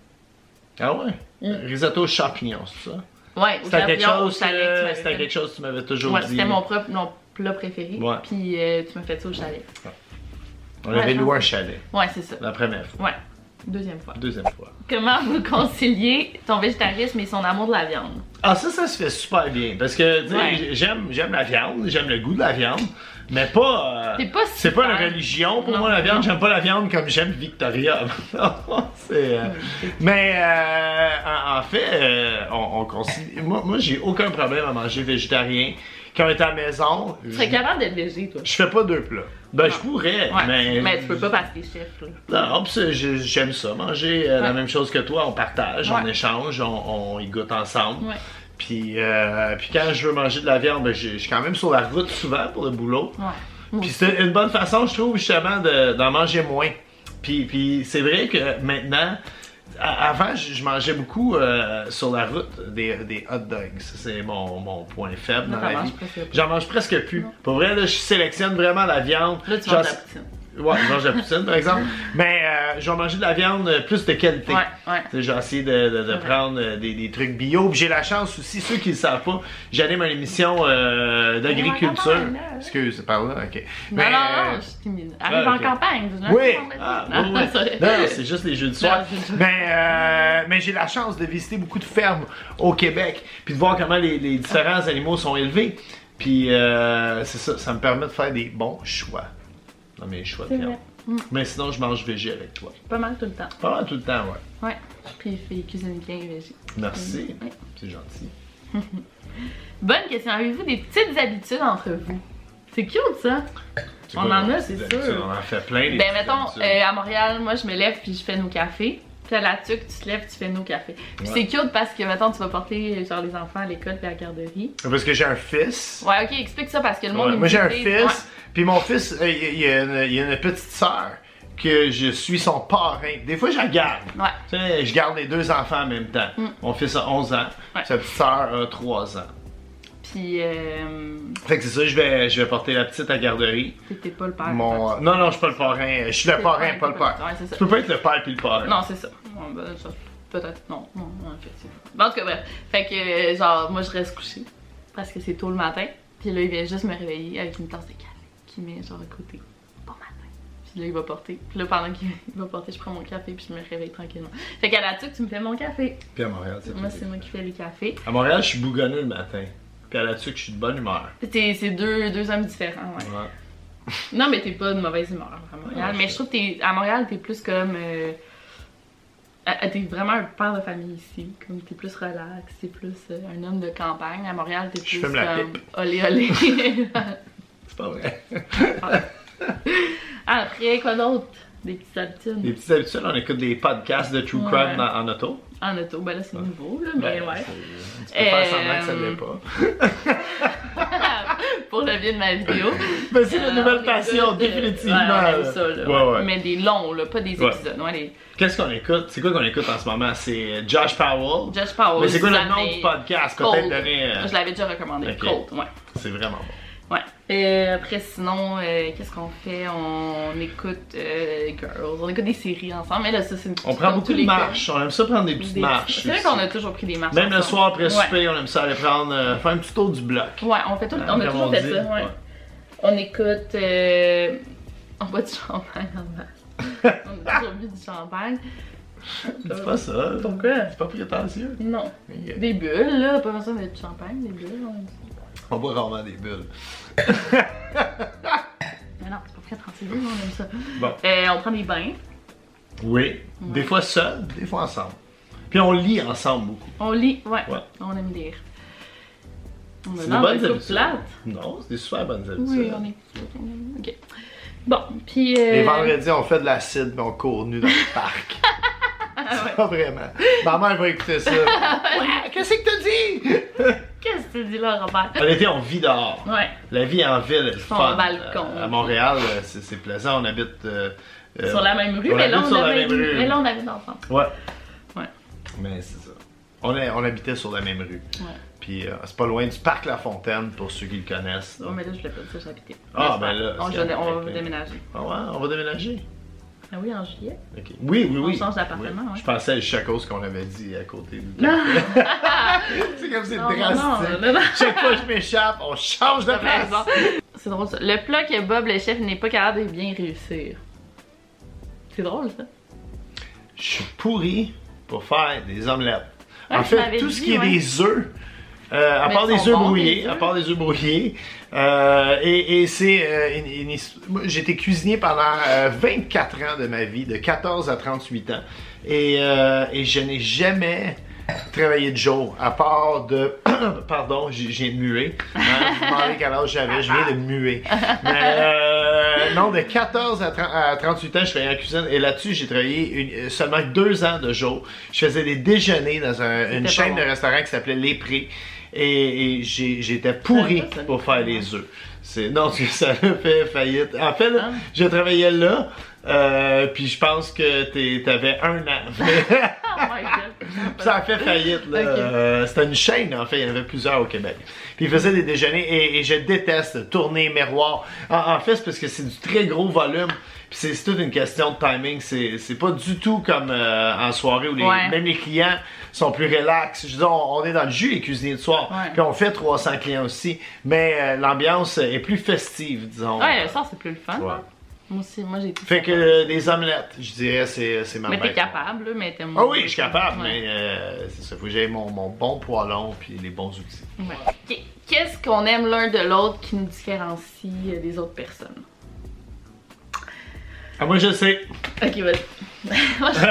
Speaker 3: Ah ouais? Risotto aux champignons, c'est ça?
Speaker 2: Ouais, au
Speaker 3: C'était
Speaker 2: champignon,
Speaker 3: quelque, chose
Speaker 2: au chalet. tu
Speaker 3: que-
Speaker 2: m'avais
Speaker 3: c'était
Speaker 2: fait.
Speaker 3: quelque chose que tu m'avais toujours
Speaker 2: Ouais,
Speaker 3: dit.
Speaker 2: c'était mon propre mon plat préféré.
Speaker 3: Ouais.
Speaker 2: Puis euh, tu me fais ça au chalet.
Speaker 3: On
Speaker 2: Ouais,
Speaker 3: avait
Speaker 2: je
Speaker 3: loué un
Speaker 2: pense-
Speaker 3: chalet
Speaker 2: Ouais, c'est ça.
Speaker 3: la première fois,
Speaker 2: Ouais. Deuxième fois.
Speaker 3: deuxième fois.
Speaker 2: Comment vous conciliez ton végétarisme et son amour de la viande?
Speaker 3: Ah ça, ça se fait super bien parce que tu sais,
Speaker 2: Ouais.
Speaker 3: j- j'aime j'aime la viande, j'aime le goût de la viande, mais pas. euh,
Speaker 2: T'es pas
Speaker 3: c'est pas une
Speaker 2: super.
Speaker 3: religion pour
Speaker 2: Non.
Speaker 3: moi la viande. J'aime pas la viande comme j'aime Victoria. Non, c'est, euh,
Speaker 2: Mm.
Speaker 3: mais euh, en, en fait, euh, on, on considère- Moi, moi j'ai aucun problème à manger végétarien. Quand on est à la maison,
Speaker 2: Tu
Speaker 3: je,
Speaker 2: serais capable d'être végé, toi.
Speaker 3: je fais pas deux plats. Ben je pourrais,
Speaker 2: Ouais.
Speaker 3: mais
Speaker 2: tu peux pas parce que t'es chef, là.
Speaker 3: non, pis c'est- j'ai- j'aime ça, manger euh, la
Speaker 2: Ouais.
Speaker 3: même chose que toi, on partage, on
Speaker 2: Ouais.
Speaker 3: échange, on, on y goûte ensemble.
Speaker 2: Ouais.
Speaker 3: Puis, euh, puis quand je veux manger de la viande, ben, je je suis quand même sur la route souvent pour le boulot.
Speaker 2: Ouais.
Speaker 3: Puis c'est une bonne façon, je trouve, justement, de- d'en manger moins. Puis, puis c'est vrai que maintenant, a- avant, je je mangeais beaucoup euh, sur la route des, des hot dogs. Ça, C'est mon, mon point faible
Speaker 2: Là,
Speaker 3: dans
Speaker 2: t'en
Speaker 3: la
Speaker 2: manges
Speaker 3: vie.
Speaker 2: presque pas.
Speaker 3: J'en mange presque plus. Pour vrai, là, je sélectionne vraiment la viande.
Speaker 2: Là, tu
Speaker 3: J'en-
Speaker 2: manges de la poutine.
Speaker 3: Ouais, je mange de la poutine, par exemple. Mais euh, je vais manger de la viande euh, plus de qualité.
Speaker 2: Ouais, ouais.
Speaker 3: Tu sais, J'ai essayé de, de- de
Speaker 2: Ouais.
Speaker 3: prendre euh, des, des trucs bio. Puis j'ai la chance aussi, ceux qui ne savent pas, j'anime une émission euh, d'agriculture.
Speaker 2: On est en campagne, là.
Speaker 3: Excuse, par là, ok.
Speaker 2: Non,
Speaker 3: Mais,
Speaker 2: non, non,
Speaker 3: euh,
Speaker 2: je suis timide. Arrive
Speaker 3: ah,
Speaker 2: en
Speaker 3: ok.
Speaker 2: campagne, vous en
Speaker 3: oui!
Speaker 2: avez
Speaker 3: Ah,
Speaker 2: parlé.
Speaker 3: oui, oui. Non, non, c'est juste les jeux du soir.
Speaker 2: Non, c'est-
Speaker 3: Mais, euh, mais j'ai la chance de visiter beaucoup de fermes au Québec, puis de voir comment les, les différents animaux sont élevés. Puis euh, c'est ça, ça me permet de faire des bons choix dans mes choix de
Speaker 2: C'est
Speaker 3: viande.
Speaker 2: vrai. Mm.
Speaker 3: Mais sinon, je mange végé avec toi.
Speaker 2: Pas mal tout le temps.
Speaker 3: Pas mal tout le temps, ouais.
Speaker 2: Ouais. Puis il fait il cuisine bien végé.
Speaker 3: Merci.
Speaker 2: Oui.
Speaker 3: C'est gentil.
Speaker 2: Bonne question. Avez-vous des petites habitudes entre vous? C'est cute ça. On
Speaker 3: quoi,
Speaker 2: en a,
Speaker 3: les
Speaker 2: c'est
Speaker 3: petites
Speaker 2: sûr.
Speaker 3: habitudes? On en fait plein. des
Speaker 2: Ben
Speaker 3: petites
Speaker 2: mettons,
Speaker 3: habitudes.
Speaker 2: euh, à Montréal, moi je me lève puis je fais nos cafés. Puis à la tuque, tu te lèves, tu fais nos cafés. Puis
Speaker 3: Ouais.
Speaker 2: c'est cute parce que mettons, tu vas porter genre les enfants à l'école puis à la garderie.
Speaker 3: Parce que j'ai un fils.
Speaker 2: Ouais, ok, explique ça parce que le monde.
Speaker 3: Ouais,
Speaker 2: nous
Speaker 3: Moi, j'ai un
Speaker 2: dit,
Speaker 3: fils,
Speaker 2: ouais.
Speaker 3: puis mon fils, euh, il il y, a une- il y a une petite sœur que je suis son parrain. Des fois, je la garde.
Speaker 2: Ouais. Mm.
Speaker 3: Tu sais, je garde les deux enfants en même temps. Mon fils a 11 ans,
Speaker 2: Ouais.
Speaker 3: sa petite sœur a 3 ans.
Speaker 2: Puis euh,
Speaker 3: Fait que c'est ça, je vais, je vais porter la petite à la garderie.
Speaker 2: t'es- t'es pas le père.
Speaker 3: Mon, euh, non, non, je suis pas le parrain. Je suis le
Speaker 2: le
Speaker 3: parrain,
Speaker 2: parrain,
Speaker 3: pas le
Speaker 2: t'es pas le-
Speaker 3: père.
Speaker 2: ouais, c'est ça.
Speaker 3: Tu peux pas être le père puis le parrain.
Speaker 2: Non, c'est ça. Bon, ben, ça, Peut-être. Non, non, non, en fait, c'est- Bon, en tout cas, bref. Fait que, euh, genre, moi, je reste couchée parce que c'est tôt le matin. Puis là, il vient juste me réveiller avec une tasse de café qui met, genre, à côté. Bon matin. Puis là, il va porter. Puis là, pendant qu'il va porter, je prends mon café puis je me réveille tranquillement. Fait qu'à la tuque, tu me fais mon café.
Speaker 3: Puis à Montréal, c'est
Speaker 2: Moi,
Speaker 3: tout.
Speaker 2: c'est moi qui fais le café.
Speaker 3: À Montréal, je suis bougonneux le matin. Puis à la tuque, je suis de bonne humeur.
Speaker 2: C'est c'est deux, deux hommes différents, ouais.
Speaker 3: Ouais.
Speaker 2: Non, mais t'es pas de mauvaise humeur à Montréal.
Speaker 3: Ouais,
Speaker 2: mais
Speaker 3: je
Speaker 2: je trouve que t'es- à Montréal, t'es plus comme. euh, à- à- t'es vraiment un père de famille ici. Comme t'es plus relax, t'es plus euh, un homme de campagne. À Montréal, t'es plus
Speaker 3: fume la
Speaker 2: comme.
Speaker 3: pipe.
Speaker 2: Olé olé.
Speaker 3: C'est pas vrai.
Speaker 2: Après, quoi d'autre Des petites habitudes.
Speaker 3: Les petites habitudes, on écoute des podcasts de True
Speaker 2: Ouais.
Speaker 3: Crime dans- en auto.
Speaker 2: En auto, ben là, c'est nouveau, là, mais
Speaker 3: Ben,
Speaker 2: ouais.
Speaker 3: c'est- Tu peux faire semblant que ça
Speaker 2: Euh,
Speaker 3: l'est pas.
Speaker 2: Pour le bien de ma vidéo.
Speaker 3: Mais Ben, c'est la
Speaker 2: Euh,
Speaker 3: nouvelle
Speaker 2: on
Speaker 3: passion,
Speaker 2: écoute, euh,
Speaker 3: définitivement.
Speaker 2: ouais, on aime ça, là,
Speaker 3: Ouais, ouais.
Speaker 2: Mais des longs, là, pas des
Speaker 3: Ouais.
Speaker 2: épisodes. Ouais, les
Speaker 3: Qu'est-ce qu'on écoute? C'est quoi qu'on écoute en ce moment? C'est euh, Josh Powell.
Speaker 2: Josh Powell.
Speaker 3: Mais c'est quoi le
Speaker 2: Suzanne
Speaker 3: nom
Speaker 2: May,
Speaker 3: du podcast? Peut-être
Speaker 2: Cold.
Speaker 3: donner. euh,
Speaker 2: Je l'avais déjà recommandé.
Speaker 3: Ok.
Speaker 2: Cold, ouais.
Speaker 3: C'est vraiment bon.
Speaker 2: Ouais. Euh, après, sinon, euh, qu'est-ce qu'on fait? On écoute euh, Girls, on écoute des séries ensemble. Mais là, ça, c'est une
Speaker 3: On
Speaker 2: comme
Speaker 3: prend
Speaker 2: tous
Speaker 3: beaucoup de
Speaker 2: les
Speaker 3: marches. On aime ça prendre des
Speaker 2: couples,
Speaker 3: petites
Speaker 2: des-
Speaker 3: marches.
Speaker 2: C'est vrai
Speaker 3: aussi.
Speaker 2: qu'on a toujours pris des marches.
Speaker 3: Même le
Speaker 2: ensemble.
Speaker 3: soir après
Speaker 2: ouais.
Speaker 3: souper, on aime ça aller prendre, euh, faire un petit tour du bloc. Hein,
Speaker 2: Ouais, on, fait tout, on a
Speaker 3: Comme
Speaker 2: toujours
Speaker 3: on
Speaker 2: fait
Speaker 3: dit,
Speaker 2: ça. Ouais.
Speaker 3: ouais.
Speaker 2: On écoute. euh, on boit du champagne en masse. on a toujours bu du champagne.
Speaker 3: C'est pas ça.
Speaker 2: Pourquoi?
Speaker 3: C'est pas prétentieux.
Speaker 2: Non.
Speaker 3: Ok.
Speaker 2: Des bulles, là. Pas besoin de du champagne, des bulles. on dit.
Speaker 3: On boit rarement des bulles.
Speaker 2: Mais non, c'est pas prétentieux, on aime ça.
Speaker 3: Bon.
Speaker 2: Euh, on prend des bains.
Speaker 3: Oui. Des fois seul, des fois ensemble. Puis on lit ensemble beaucoup.
Speaker 2: On lit, ouais.
Speaker 3: Ouais.
Speaker 2: On aime lire. On
Speaker 3: C'est
Speaker 2: est
Speaker 3: des
Speaker 2: dans
Speaker 3: bonnes
Speaker 2: un couple
Speaker 3: habitudes.
Speaker 2: plate.
Speaker 3: Non, c'est des super bonnes habitudes.
Speaker 2: Oui, on est. Ok. Bon, puis. euh,
Speaker 3: Les vendredis, on fait de l'acide mais on court nu dans le parc.
Speaker 2: Ah
Speaker 3: C'est pas vraiment. Ma mère va écouter ça. ouais, qu'est-ce que t'as dit?
Speaker 2: Qu'est-ce que tu dis là, Robert?
Speaker 3: En été, on vit dehors.
Speaker 2: Ouais.
Speaker 3: La vie en ville, elle est
Speaker 2: Son
Speaker 3: fun.
Speaker 2: balcon.
Speaker 3: À Montréal, euh, c'est c'est plaisant. On habite. euh, euh,
Speaker 2: Sur la même rue,
Speaker 3: on
Speaker 2: mais là,
Speaker 3: habite
Speaker 2: on
Speaker 3: sur la
Speaker 2: avait-
Speaker 3: même rue.
Speaker 2: mais là, on habite ensemble.
Speaker 3: Ouais.
Speaker 2: Ouais.
Speaker 3: Mais c'est ça. On, est- on habitait sur la même rue.
Speaker 2: Ouais.
Speaker 3: Puis euh, c'est pas loin du parc La Fontaine pour ceux qui le connaissent.
Speaker 2: Ouais, Oh, mais là, je l'ai pas dit, ça, j'habitais.
Speaker 3: Ah,
Speaker 2: Mais c'est
Speaker 3: ben là,
Speaker 2: pas- On,
Speaker 3: c'est
Speaker 2: je- on va
Speaker 3: correct, hein.
Speaker 2: déménager.
Speaker 3: Ah ouais, on va déménager.
Speaker 2: Ah oui, en juillet?
Speaker 3: Ok. Oui, oui,
Speaker 2: On
Speaker 3: oui.
Speaker 2: change d'appartement,
Speaker 3: Oui.
Speaker 2: ouais.
Speaker 3: Je pensais à chaque chose qu'on avait dit à côté. du- c'est comme c'est
Speaker 2: Non, non,
Speaker 3: drastique.
Speaker 2: non, non, non.
Speaker 3: Chaque fois que je m'échappe, on change de
Speaker 2: T'as
Speaker 3: place.
Speaker 2: raison. Ah, ben, C'est drôle ça. Le plat que Bob le chef n'est pas capable de bien réussir. C'est drôle ça.
Speaker 3: Je suis pourri pour faire des omelettes.
Speaker 2: Ouais,
Speaker 3: en
Speaker 2: tu
Speaker 3: fait,
Speaker 2: m'avais
Speaker 3: tout ce
Speaker 2: dit,
Speaker 3: qui
Speaker 2: ouais.
Speaker 3: est des œufs, euh, à
Speaker 2: Mais
Speaker 3: part
Speaker 2: ils
Speaker 3: des
Speaker 2: sont
Speaker 3: œufs
Speaker 2: bons,
Speaker 3: brouillés,
Speaker 2: les œufs.
Speaker 3: à part des œufs brouillés, euh, et, et c'est euh, une- une his- moi, J'étais cuisinier pendant euh, 24 ans de ma vie, de 14 à 38 ans, et, euh, et je n'ai jamais travaillé de jour, à part de... Pardon, j'ai j'ai mué. Hein, vous me demandez quel âge j'avais, je viens de muer. Mais, euh, non, de 14 à, 30 à 38 ans, je travaillais en cuisine, et là-dessus, j'ai travaillé une- seulement deux ans de jour. Je faisais des déjeuners dans un- une
Speaker 2: pas
Speaker 3: chaîne
Speaker 2: bon.
Speaker 3: de restaurants qui s'appelait Les Prés. Et, et j'ai- j'étais pourri
Speaker 2: Ah, Ça, ça,
Speaker 3: pour faire les œufs. C'est- Non, c'est- ça a fait faillite. En fait,
Speaker 2: Ah.
Speaker 3: je travaillais là, euh, puis je pense que t'es- t'avais un an.
Speaker 2: Oh my god.
Speaker 3: ça a fait faillite. là.
Speaker 2: Ok.
Speaker 3: Euh, C'était une chaîne, en fait. Il y en avait plusieurs au Québec. Puis ils faisaient des déjeuners et, et je déteste tourner miroir. En, en fait, c'est parce que c'est du très gros volume. Puis c'est c'est toute une question de timing. C'est c'est pas du tout comme euh, en soirée où les,
Speaker 2: Ouais.
Speaker 3: même les clients sont plus relax. Je veux dire, on, on est dans le jus, les cuisiniers de soir.
Speaker 2: Ouais.
Speaker 3: Puis on fait 300 clients aussi. Mais euh, l'ambiance est plus festive, disons.
Speaker 2: Ouais, ça c'est plus le fun.
Speaker 3: Ouais.
Speaker 2: hein. Moi aussi, moi j'ai été.
Speaker 3: Fait que euh, des omelettes, je dirais, c'est c'est ma
Speaker 2: Mais t'es
Speaker 3: bête.
Speaker 2: capable, là, mais t'es
Speaker 3: ben, Ah oui, je suis capable,
Speaker 2: Ouais.
Speaker 3: mais euh, c'est ça. Faut que j'aie mon, mon bon poêlon puis les bons outils.
Speaker 2: Ouais. Qu- Qu'est-ce qu'on aime l'un de l'autre qui nous différencie euh, des autres personnes?
Speaker 3: Ah, moi, je sais.
Speaker 2: Ok, vas-y. Moi, je-
Speaker 3: Je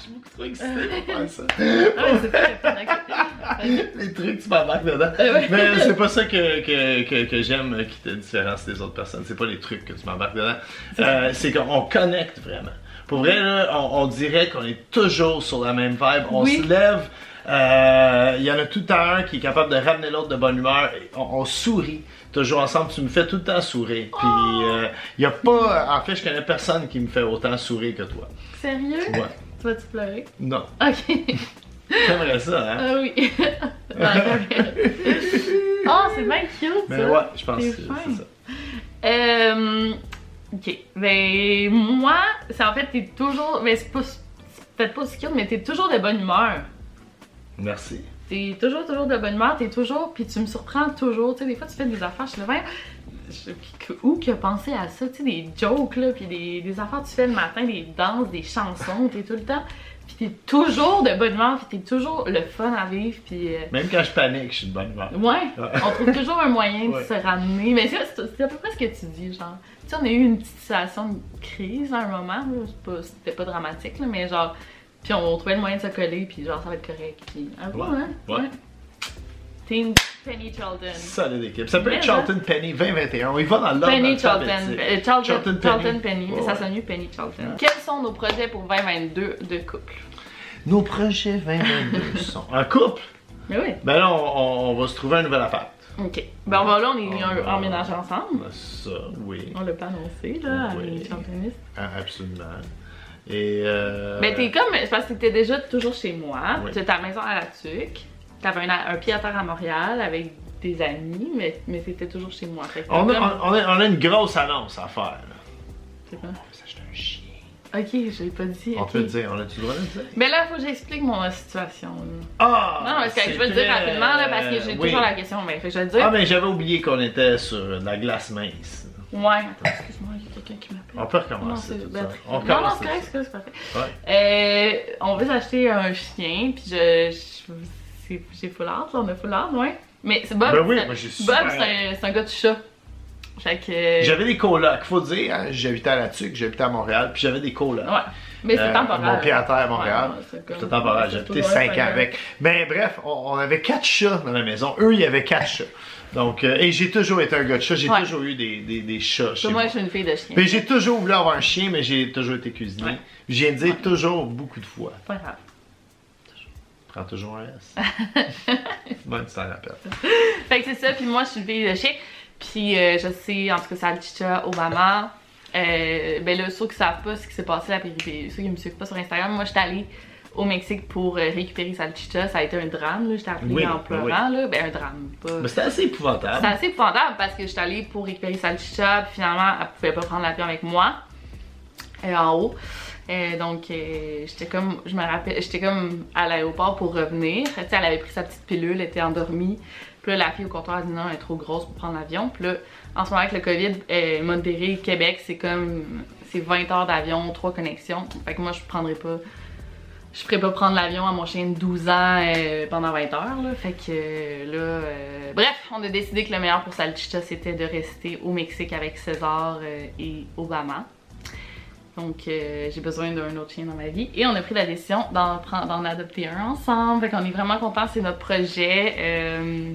Speaker 3: suis beaucoup trop excité pour faire ça.
Speaker 2: Ah ouais, c'est pas le fun, ok. Ok.
Speaker 3: les trucs, tu m'embarques dedans. Mais c'est pas ça que, que, que, que j'aime qui te différencie des autres personnes. C'est pas les trucs que tu m'embarques dedans. Euh, c'est qu'on connecte vraiment. Pour vrai, là, on, on dirait qu'on est toujours sur la même vibe. On
Speaker 2: Oui.
Speaker 3: se lève. euh, Il y en a tout à un qui est capable de ramener l'autre de bonne humeur. Et On, on sourit toujours ensemble. Tu me fais tout le temps sourire. Puis, euh, il y a pas. En fait, je connais personne qui me fait autant sourire que toi.
Speaker 2: Sérieux?
Speaker 3: Ouais.
Speaker 2: Tu vas-tu pleurer?
Speaker 3: Non.
Speaker 2: Ok.
Speaker 3: J'aimerais ça, hein.
Speaker 2: Ah oui. Ah, oh, c'est bien cute,
Speaker 3: Mais
Speaker 2: ça.
Speaker 3: ouais, je pense que
Speaker 2: T'es
Speaker 3: c'est
Speaker 2: fin.
Speaker 3: ça.
Speaker 2: Euh, ok. Ben, moi, c'est en fait, t'es toujours. Mais c'est pas. c'est Peut-être pas si cute, mais t'es toujours de bonne humeur.
Speaker 3: Merci.
Speaker 2: T'es toujours, toujours de bonne humeur, t'es toujours, puis tu me surprends toujours. Tu sais, des fois, tu fais des affaires, je suis là, Voyons, je- que- où qui a pensé à ça? Tu sais, des jokes, là, puis des, des affaires que tu fais le matin, des danses, des chansons, t'es tout le temps. Puis t'es toujours de bonne humeur, puis t'es toujours le fun à vivre, puis. euh,
Speaker 3: Même quand je panique, je suis de bonne humeur.
Speaker 2: Ouais, on trouve toujours un moyen de
Speaker 3: Ouais.
Speaker 2: se ramener. Mais c'est c'est à peu près ce que tu dis, genre. Tu sais, on a eu une petite situation de crise à un moment, là, c'est pas- c'était pas dramatique, là, mais genre, puis on trouvait le moyen de se coller, puis genre, ça va être correct. Puis, ah ouais,
Speaker 3: Ouais,
Speaker 2: hein?
Speaker 3: ouais.
Speaker 2: T'es une Penny Charlton.
Speaker 3: Solide équipe. Ça peut
Speaker 2: Mais, hein?
Speaker 3: être Charlton Penny 2021. Il va dans l'ordre.
Speaker 2: Penny Charlton.
Speaker 3: alphabétique.
Speaker 2: euh, Charlton, Charlton, Penny. mais
Speaker 3: Ouais,
Speaker 2: ça
Speaker 3: ouais.
Speaker 2: sonne mieux Penny Charlton. Quels sont nos projets pour 2022 de couple?
Speaker 3: Nos projets 2022 sont. En couple,
Speaker 2: Mais oui.
Speaker 3: ben là, on, on- on va se trouver un nouvel appart.
Speaker 2: Ok. Ben, ben là, on est
Speaker 3: Oh,
Speaker 2: en-
Speaker 3: ouais.
Speaker 2: en ménage ensemble.
Speaker 3: Ben, Ça, oui.
Speaker 2: On l'a pas annoncé, là, à
Speaker 3: Oui.
Speaker 2: les Charltonistes.
Speaker 3: Ah, Absolument. Et. Euh...
Speaker 2: Mais Ben, t'es comme. C'est parce que t'étais déjà toujours chez moi.
Speaker 3: Oui.
Speaker 2: T'as ta maison à la Tuque. T'avais un, un pied à terre à Montréal avec des amis, mais, mais t'étais toujours chez moi. Fait que
Speaker 3: On
Speaker 2: t'es
Speaker 3: a,
Speaker 2: comme-
Speaker 3: on, on a, on a une grosse annonce à faire. là.
Speaker 2: c'est pas-
Speaker 3: On va s'acheter un chien.
Speaker 2: Ok, je l'ai pas dit.
Speaker 3: On
Speaker 2: ok.
Speaker 3: peut le dire, on a-tu le droit de le dire?
Speaker 2: Mais là, faut que j'explique mon situation. là.
Speaker 3: Ah!
Speaker 2: Non, parce que je vais le
Speaker 3: c'était-
Speaker 2: dire rapidement, là, parce que j'ai
Speaker 3: euh, Oui.
Speaker 2: toujours la question. Mais fait que je vais le dire.
Speaker 3: Ah, mais j'avais oublié qu'on était sur euh, de la glace mince.
Speaker 2: Ouais, attends, excuse-moi, il y a quelqu'un qui m'appelle.
Speaker 3: On peut
Speaker 2: Non,
Speaker 3: recommencer.
Speaker 2: c'est
Speaker 3: tout
Speaker 2: ben,
Speaker 3: ça. On
Speaker 2: non, non,
Speaker 3: recommence
Speaker 2: c'est
Speaker 3: tout ça.
Speaker 2: correct, c'est correct, c'est parfait. Euh,
Speaker 3: Ouais.
Speaker 2: on veut s'acheter un chien, puis je. je- c'est- J'ai full hâte, là, on a full hâte, ouais. Mais c'est Bob.
Speaker 3: Ben oui,
Speaker 2: c'est-
Speaker 3: moi, j'ai super
Speaker 2: Bob, c'est un, c'est un gars de chat. Fait que.
Speaker 3: J'avais des colocs, faut dire, hein, j'habitais à la Tuque, j'habitais à Montréal, puis j'avais des colocs.
Speaker 2: Ouais. Mais c'est
Speaker 3: Euh,
Speaker 2: temporaire.
Speaker 3: Mon pied à terre à Montréal.
Speaker 2: Ouais, ouais, c'est comme-
Speaker 3: C'était temporaire, j'ai
Speaker 2: c'est
Speaker 3: habité
Speaker 2: toujours un
Speaker 3: 5 ans
Speaker 2: peu-
Speaker 3: avec. Mais bref, on, on avait quatre chats dans la maison. Eux, il y avait quatre chats. Donc, euh, et j'ai toujours été un gars de chat, j'ai
Speaker 2: Ouais.
Speaker 3: toujours eu des, des, des chats chez
Speaker 2: Moi,
Speaker 3: moi.
Speaker 2: je suis une fille de chien.
Speaker 3: Mais j'ai toujours voulu avoir un chien, mais j'ai toujours été cuisinier.
Speaker 2: Ouais.
Speaker 3: Je viens de dire toujours beaucoup de fois.
Speaker 2: Pas grave.
Speaker 3: Prends toujours un S. Même si t'en rappelles.
Speaker 2: Fait que c'est ça, puis moi je suis une fille de chien. Puis euh, je sais, en tout cas, Salchicha, Obama. Euh, ben là, ceux qui savent pas ce qui s'est passé à la péripétie, ceux qui me suivent pas sur Instagram, moi j'étais allée au Mexique pour euh, récupérer Salchicha. Ça a été un drame, là. J'étais appelée
Speaker 3: Oui,
Speaker 2: en
Speaker 3: oui.
Speaker 2: pleurant, là. Ben un drame, pas.
Speaker 3: Mais c'était assez épouvantable.
Speaker 2: C'est assez épouvantable parce que j'étais allée pour récupérer Salchicha, puis finalement, elle pouvait pas prendre l'avion avec moi. Et en haut. Euh, donc, euh, j'étais comme, je me rappelle, j'étais comme à l'aéroport pour revenir. Tu sais, elle avait pris sa petite pilule, elle était endormie. Puis là, la fille au comptoir a dit non, elle est trop grosse pour prendre l'avion. Puis là, en ce moment, avec le COVID, euh, Monterrey, Québec, c'est comme. C'est 20 heures d'avion, 3 connexions. Fait que moi, je prendrais pas. Je ferais pas prendre l'avion à mon chien de 12 ans euh, pendant 20 heures, là. Fait que euh, là. euh, Bref, on a décidé que le meilleur pour Salchicha, c'était de rester au Mexique avec César euh, et Obama. Donc, euh, j'ai besoin d'un autre chien dans ma vie. Et on a pris la décision d'en, prendre- d'en adopter un ensemble. Fait qu'on est vraiment contents, c'est notre projet. Euh,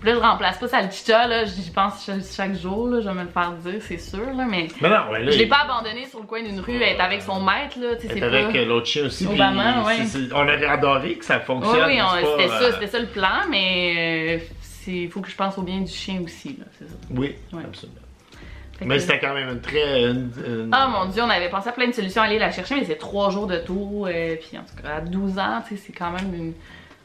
Speaker 2: puis là, je remplace pas Salchicha, là. J'y pense cha- chaque jour, là. Je vais me le faire dire, c'est sûr, là. Mais
Speaker 3: Mais non, ouais, là,
Speaker 2: je l'ai
Speaker 3: il-
Speaker 2: pas abandonné sur le coin d'une rue, être avec son maître, là. Tu sais,
Speaker 3: elle
Speaker 2: c'est
Speaker 3: est avec
Speaker 2: pas-
Speaker 3: euh, l'autre chien aussi. puis
Speaker 2: Obama,
Speaker 3: c'est-
Speaker 2: ouais.
Speaker 3: c'est- on avait adoré que ça
Speaker 2: Oui,
Speaker 3: fonctionne.
Speaker 2: oui,
Speaker 3: mais
Speaker 2: on-
Speaker 3: c'est pas,
Speaker 2: c'était
Speaker 3: euh,
Speaker 2: ça, c'était ça le plan, mais il faut que je pense au bien du chien aussi, là, c'est ça.
Speaker 3: Oui,
Speaker 2: Ouais.
Speaker 3: absolument.
Speaker 2: Fait
Speaker 3: Mais
Speaker 2: que-
Speaker 3: c'était quand même une très. une- une-
Speaker 2: Ah mon dieu, on avait pensé à plein de solutions, aller la chercher, mais c'est trois jours de tour, euh, puis en tout cas, à 12 ans, tu sais, c'est quand même une...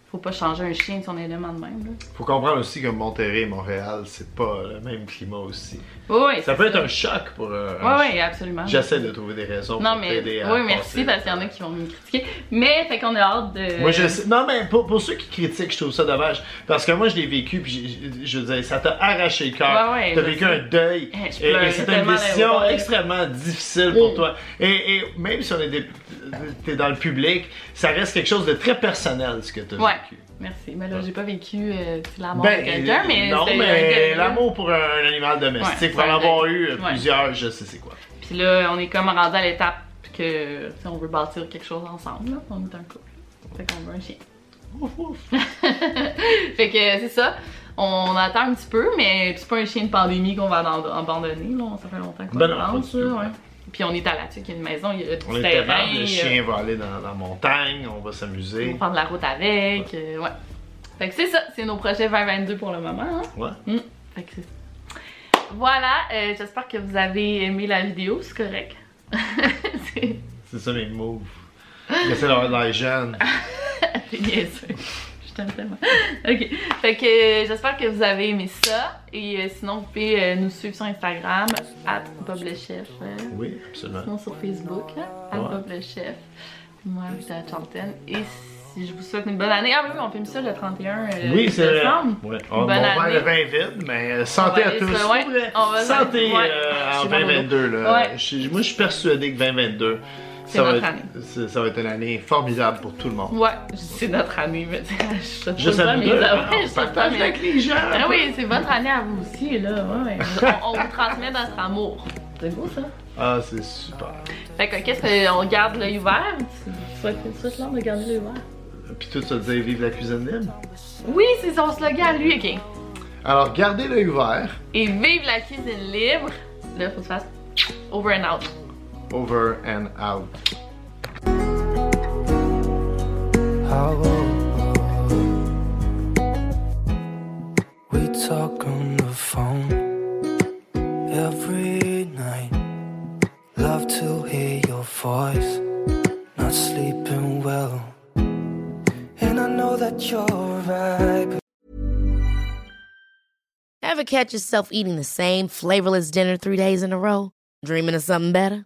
Speaker 2: Faut pas changer un chien de son élément de même, là.
Speaker 3: Faut comprendre aussi que Monterrey et Montréal, c'est pas le même climat aussi.
Speaker 2: Oui, oui,
Speaker 3: Ça peut être un choc pour. euh,
Speaker 2: Oui, oui, absolument.
Speaker 3: J'essaie de trouver des raisons
Speaker 2: Non,
Speaker 3: pour
Speaker 2: mais...
Speaker 3: t'aider à
Speaker 2: Oui, merci,
Speaker 3: passer.
Speaker 2: parce qu'il y en a qui vont me critiquer. Mais, fait qu'on a hâte de...
Speaker 3: Moi, je sais- Non, mais pour, pour ceux qui critiquent, je trouve ça dommage. Parce que moi, je l'ai vécu, puis j'ai- je veux dire, ça t'a arraché le cœur.
Speaker 2: Ouais, ouais,
Speaker 3: T'as
Speaker 2: je
Speaker 3: vécu
Speaker 2: sais.
Speaker 3: un deuil.
Speaker 2: Eh, je
Speaker 3: Et,
Speaker 2: pleurais
Speaker 3: et c'était une
Speaker 2: tellement à
Speaker 3: décision
Speaker 2: l'aéroport.
Speaker 3: extrêmement difficile pour toi. Et, et même si on est des- t'es dans le public, ça reste quelque chose de très personnel, ce que t'as
Speaker 2: Ouais.
Speaker 3: vécu.
Speaker 2: Merci. Mais là, j'ai pas vécu euh, c'est la mort
Speaker 3: Ben,
Speaker 2: de quelqu'un, mais...
Speaker 3: non,
Speaker 2: c'est un
Speaker 3: mais
Speaker 2: deuil.
Speaker 3: l'amour pour un animal domestique,
Speaker 2: Ouais,
Speaker 3: pour en
Speaker 2: ouais,
Speaker 3: avoir
Speaker 2: ouais.
Speaker 3: eu euh,
Speaker 2: Ouais.
Speaker 3: plusieurs, je sais c'est quoi.
Speaker 2: Puis là, on est comme rendu à l'étape que, tu sais, on veut bâtir quelque chose ensemble, là. On est un couple. Fait qu'on veut un chien.
Speaker 3: Ouf, ouf.
Speaker 2: Fait que euh, c'est ça. On attend un petit peu, mais c'est pas un chien de pandémie qu'on va aban- abandonner. Là. Ça fait longtemps qu'on
Speaker 3: Ben non,
Speaker 2: attend,
Speaker 3: pas du tout.
Speaker 2: ouais. Puis on est à la tuque, il y a une maison, il y a du
Speaker 3: On est
Speaker 2: terrain.
Speaker 3: capable,
Speaker 2: euh,
Speaker 3: le chien va aller dans la montagne, on va
Speaker 2: on va
Speaker 3: s'amuser.
Speaker 2: faire de la route avec. euh, ouais. Fait que c'est ça, c'est nos projets 2022 pour le moment. hein.
Speaker 3: Ouais.
Speaker 2: Mm. Fait que c'est ça. Voilà, euh, j'espère que vous avez aimé la vidéo, c'est correct. c'est
Speaker 3: C'est ça mes moves. J'essaie d'avoir de l'air jeune.
Speaker 2: c'est bien sûr. Je t'aime tellement. Ok. Fait que euh, j'espère que vous avez aimé ça. Et euh, sinon, vous pouvez euh, nous suivre sur Instagram, at Bob le Chef. euh,
Speaker 3: Oui, absolument.
Speaker 2: sinon sur Facebook, hein, at
Speaker 3: Ouais.
Speaker 2: Bob le Chef. Moi, j'étais à Chantaine. Et si je vous souhaite une bonne année. Ah oui, on filme ça le 31 euh,
Speaker 3: Oui, c'est vrai.
Speaker 2: décembre.
Speaker 3: Ouais. Oh, On,
Speaker 2: Bonne
Speaker 3: on va faire
Speaker 2: année.
Speaker 3: le vin vide, mais euh, santé
Speaker 2: va
Speaker 3: à
Speaker 2: aller
Speaker 3: tous.
Speaker 2: se- ouais,
Speaker 3: Pour vrai,
Speaker 2: on va-
Speaker 3: santé
Speaker 2: ouais.
Speaker 3: euh, en
Speaker 2: C'est bon,
Speaker 3: 2022. Là.
Speaker 2: Ouais.
Speaker 3: Je suis- moi, je suis persuadé que 2022,
Speaker 2: C'est
Speaker 3: ça va,
Speaker 2: notre
Speaker 3: être,
Speaker 2: année.
Speaker 3: c'est- ça va être une année formidable pour tout le monde.
Speaker 2: Ouais, je- c'est notre année, mais je saute
Speaker 3: Juste
Speaker 2: pas
Speaker 3: à nous
Speaker 2: mes
Speaker 3: deux,
Speaker 2: affaires,
Speaker 3: on
Speaker 2: je saute pas
Speaker 3: partage
Speaker 2: mes-
Speaker 3: avec les gens.
Speaker 2: Ah oui, c'est votre année à vous aussi, là. Ouais. on, on vous transmet notre amour. C'est beau, ça.
Speaker 3: Ah, c'est super.
Speaker 2: Fait que, qu'est-ce qu'on garde l'œil ouvert? Tu souhaites tu souhaites l'ordre de garder l'œil ouvert?
Speaker 3: Puis tout ça dit vive la cuisine libre.
Speaker 2: Oui, c'est son slogan, lui, ok.
Speaker 3: Alors, gardez l'œil ouvert.
Speaker 2: Et vive la cuisine libre! Là, faut que tu fasses over and out.
Speaker 3: Over and out.
Speaker 7: We talk on the phone every night. Love to hear your voice, not sleeping well. And I know that you're right.
Speaker 6: Ever catch yourself eating the same flavorless dinner three days in a row? Dreaming of something better?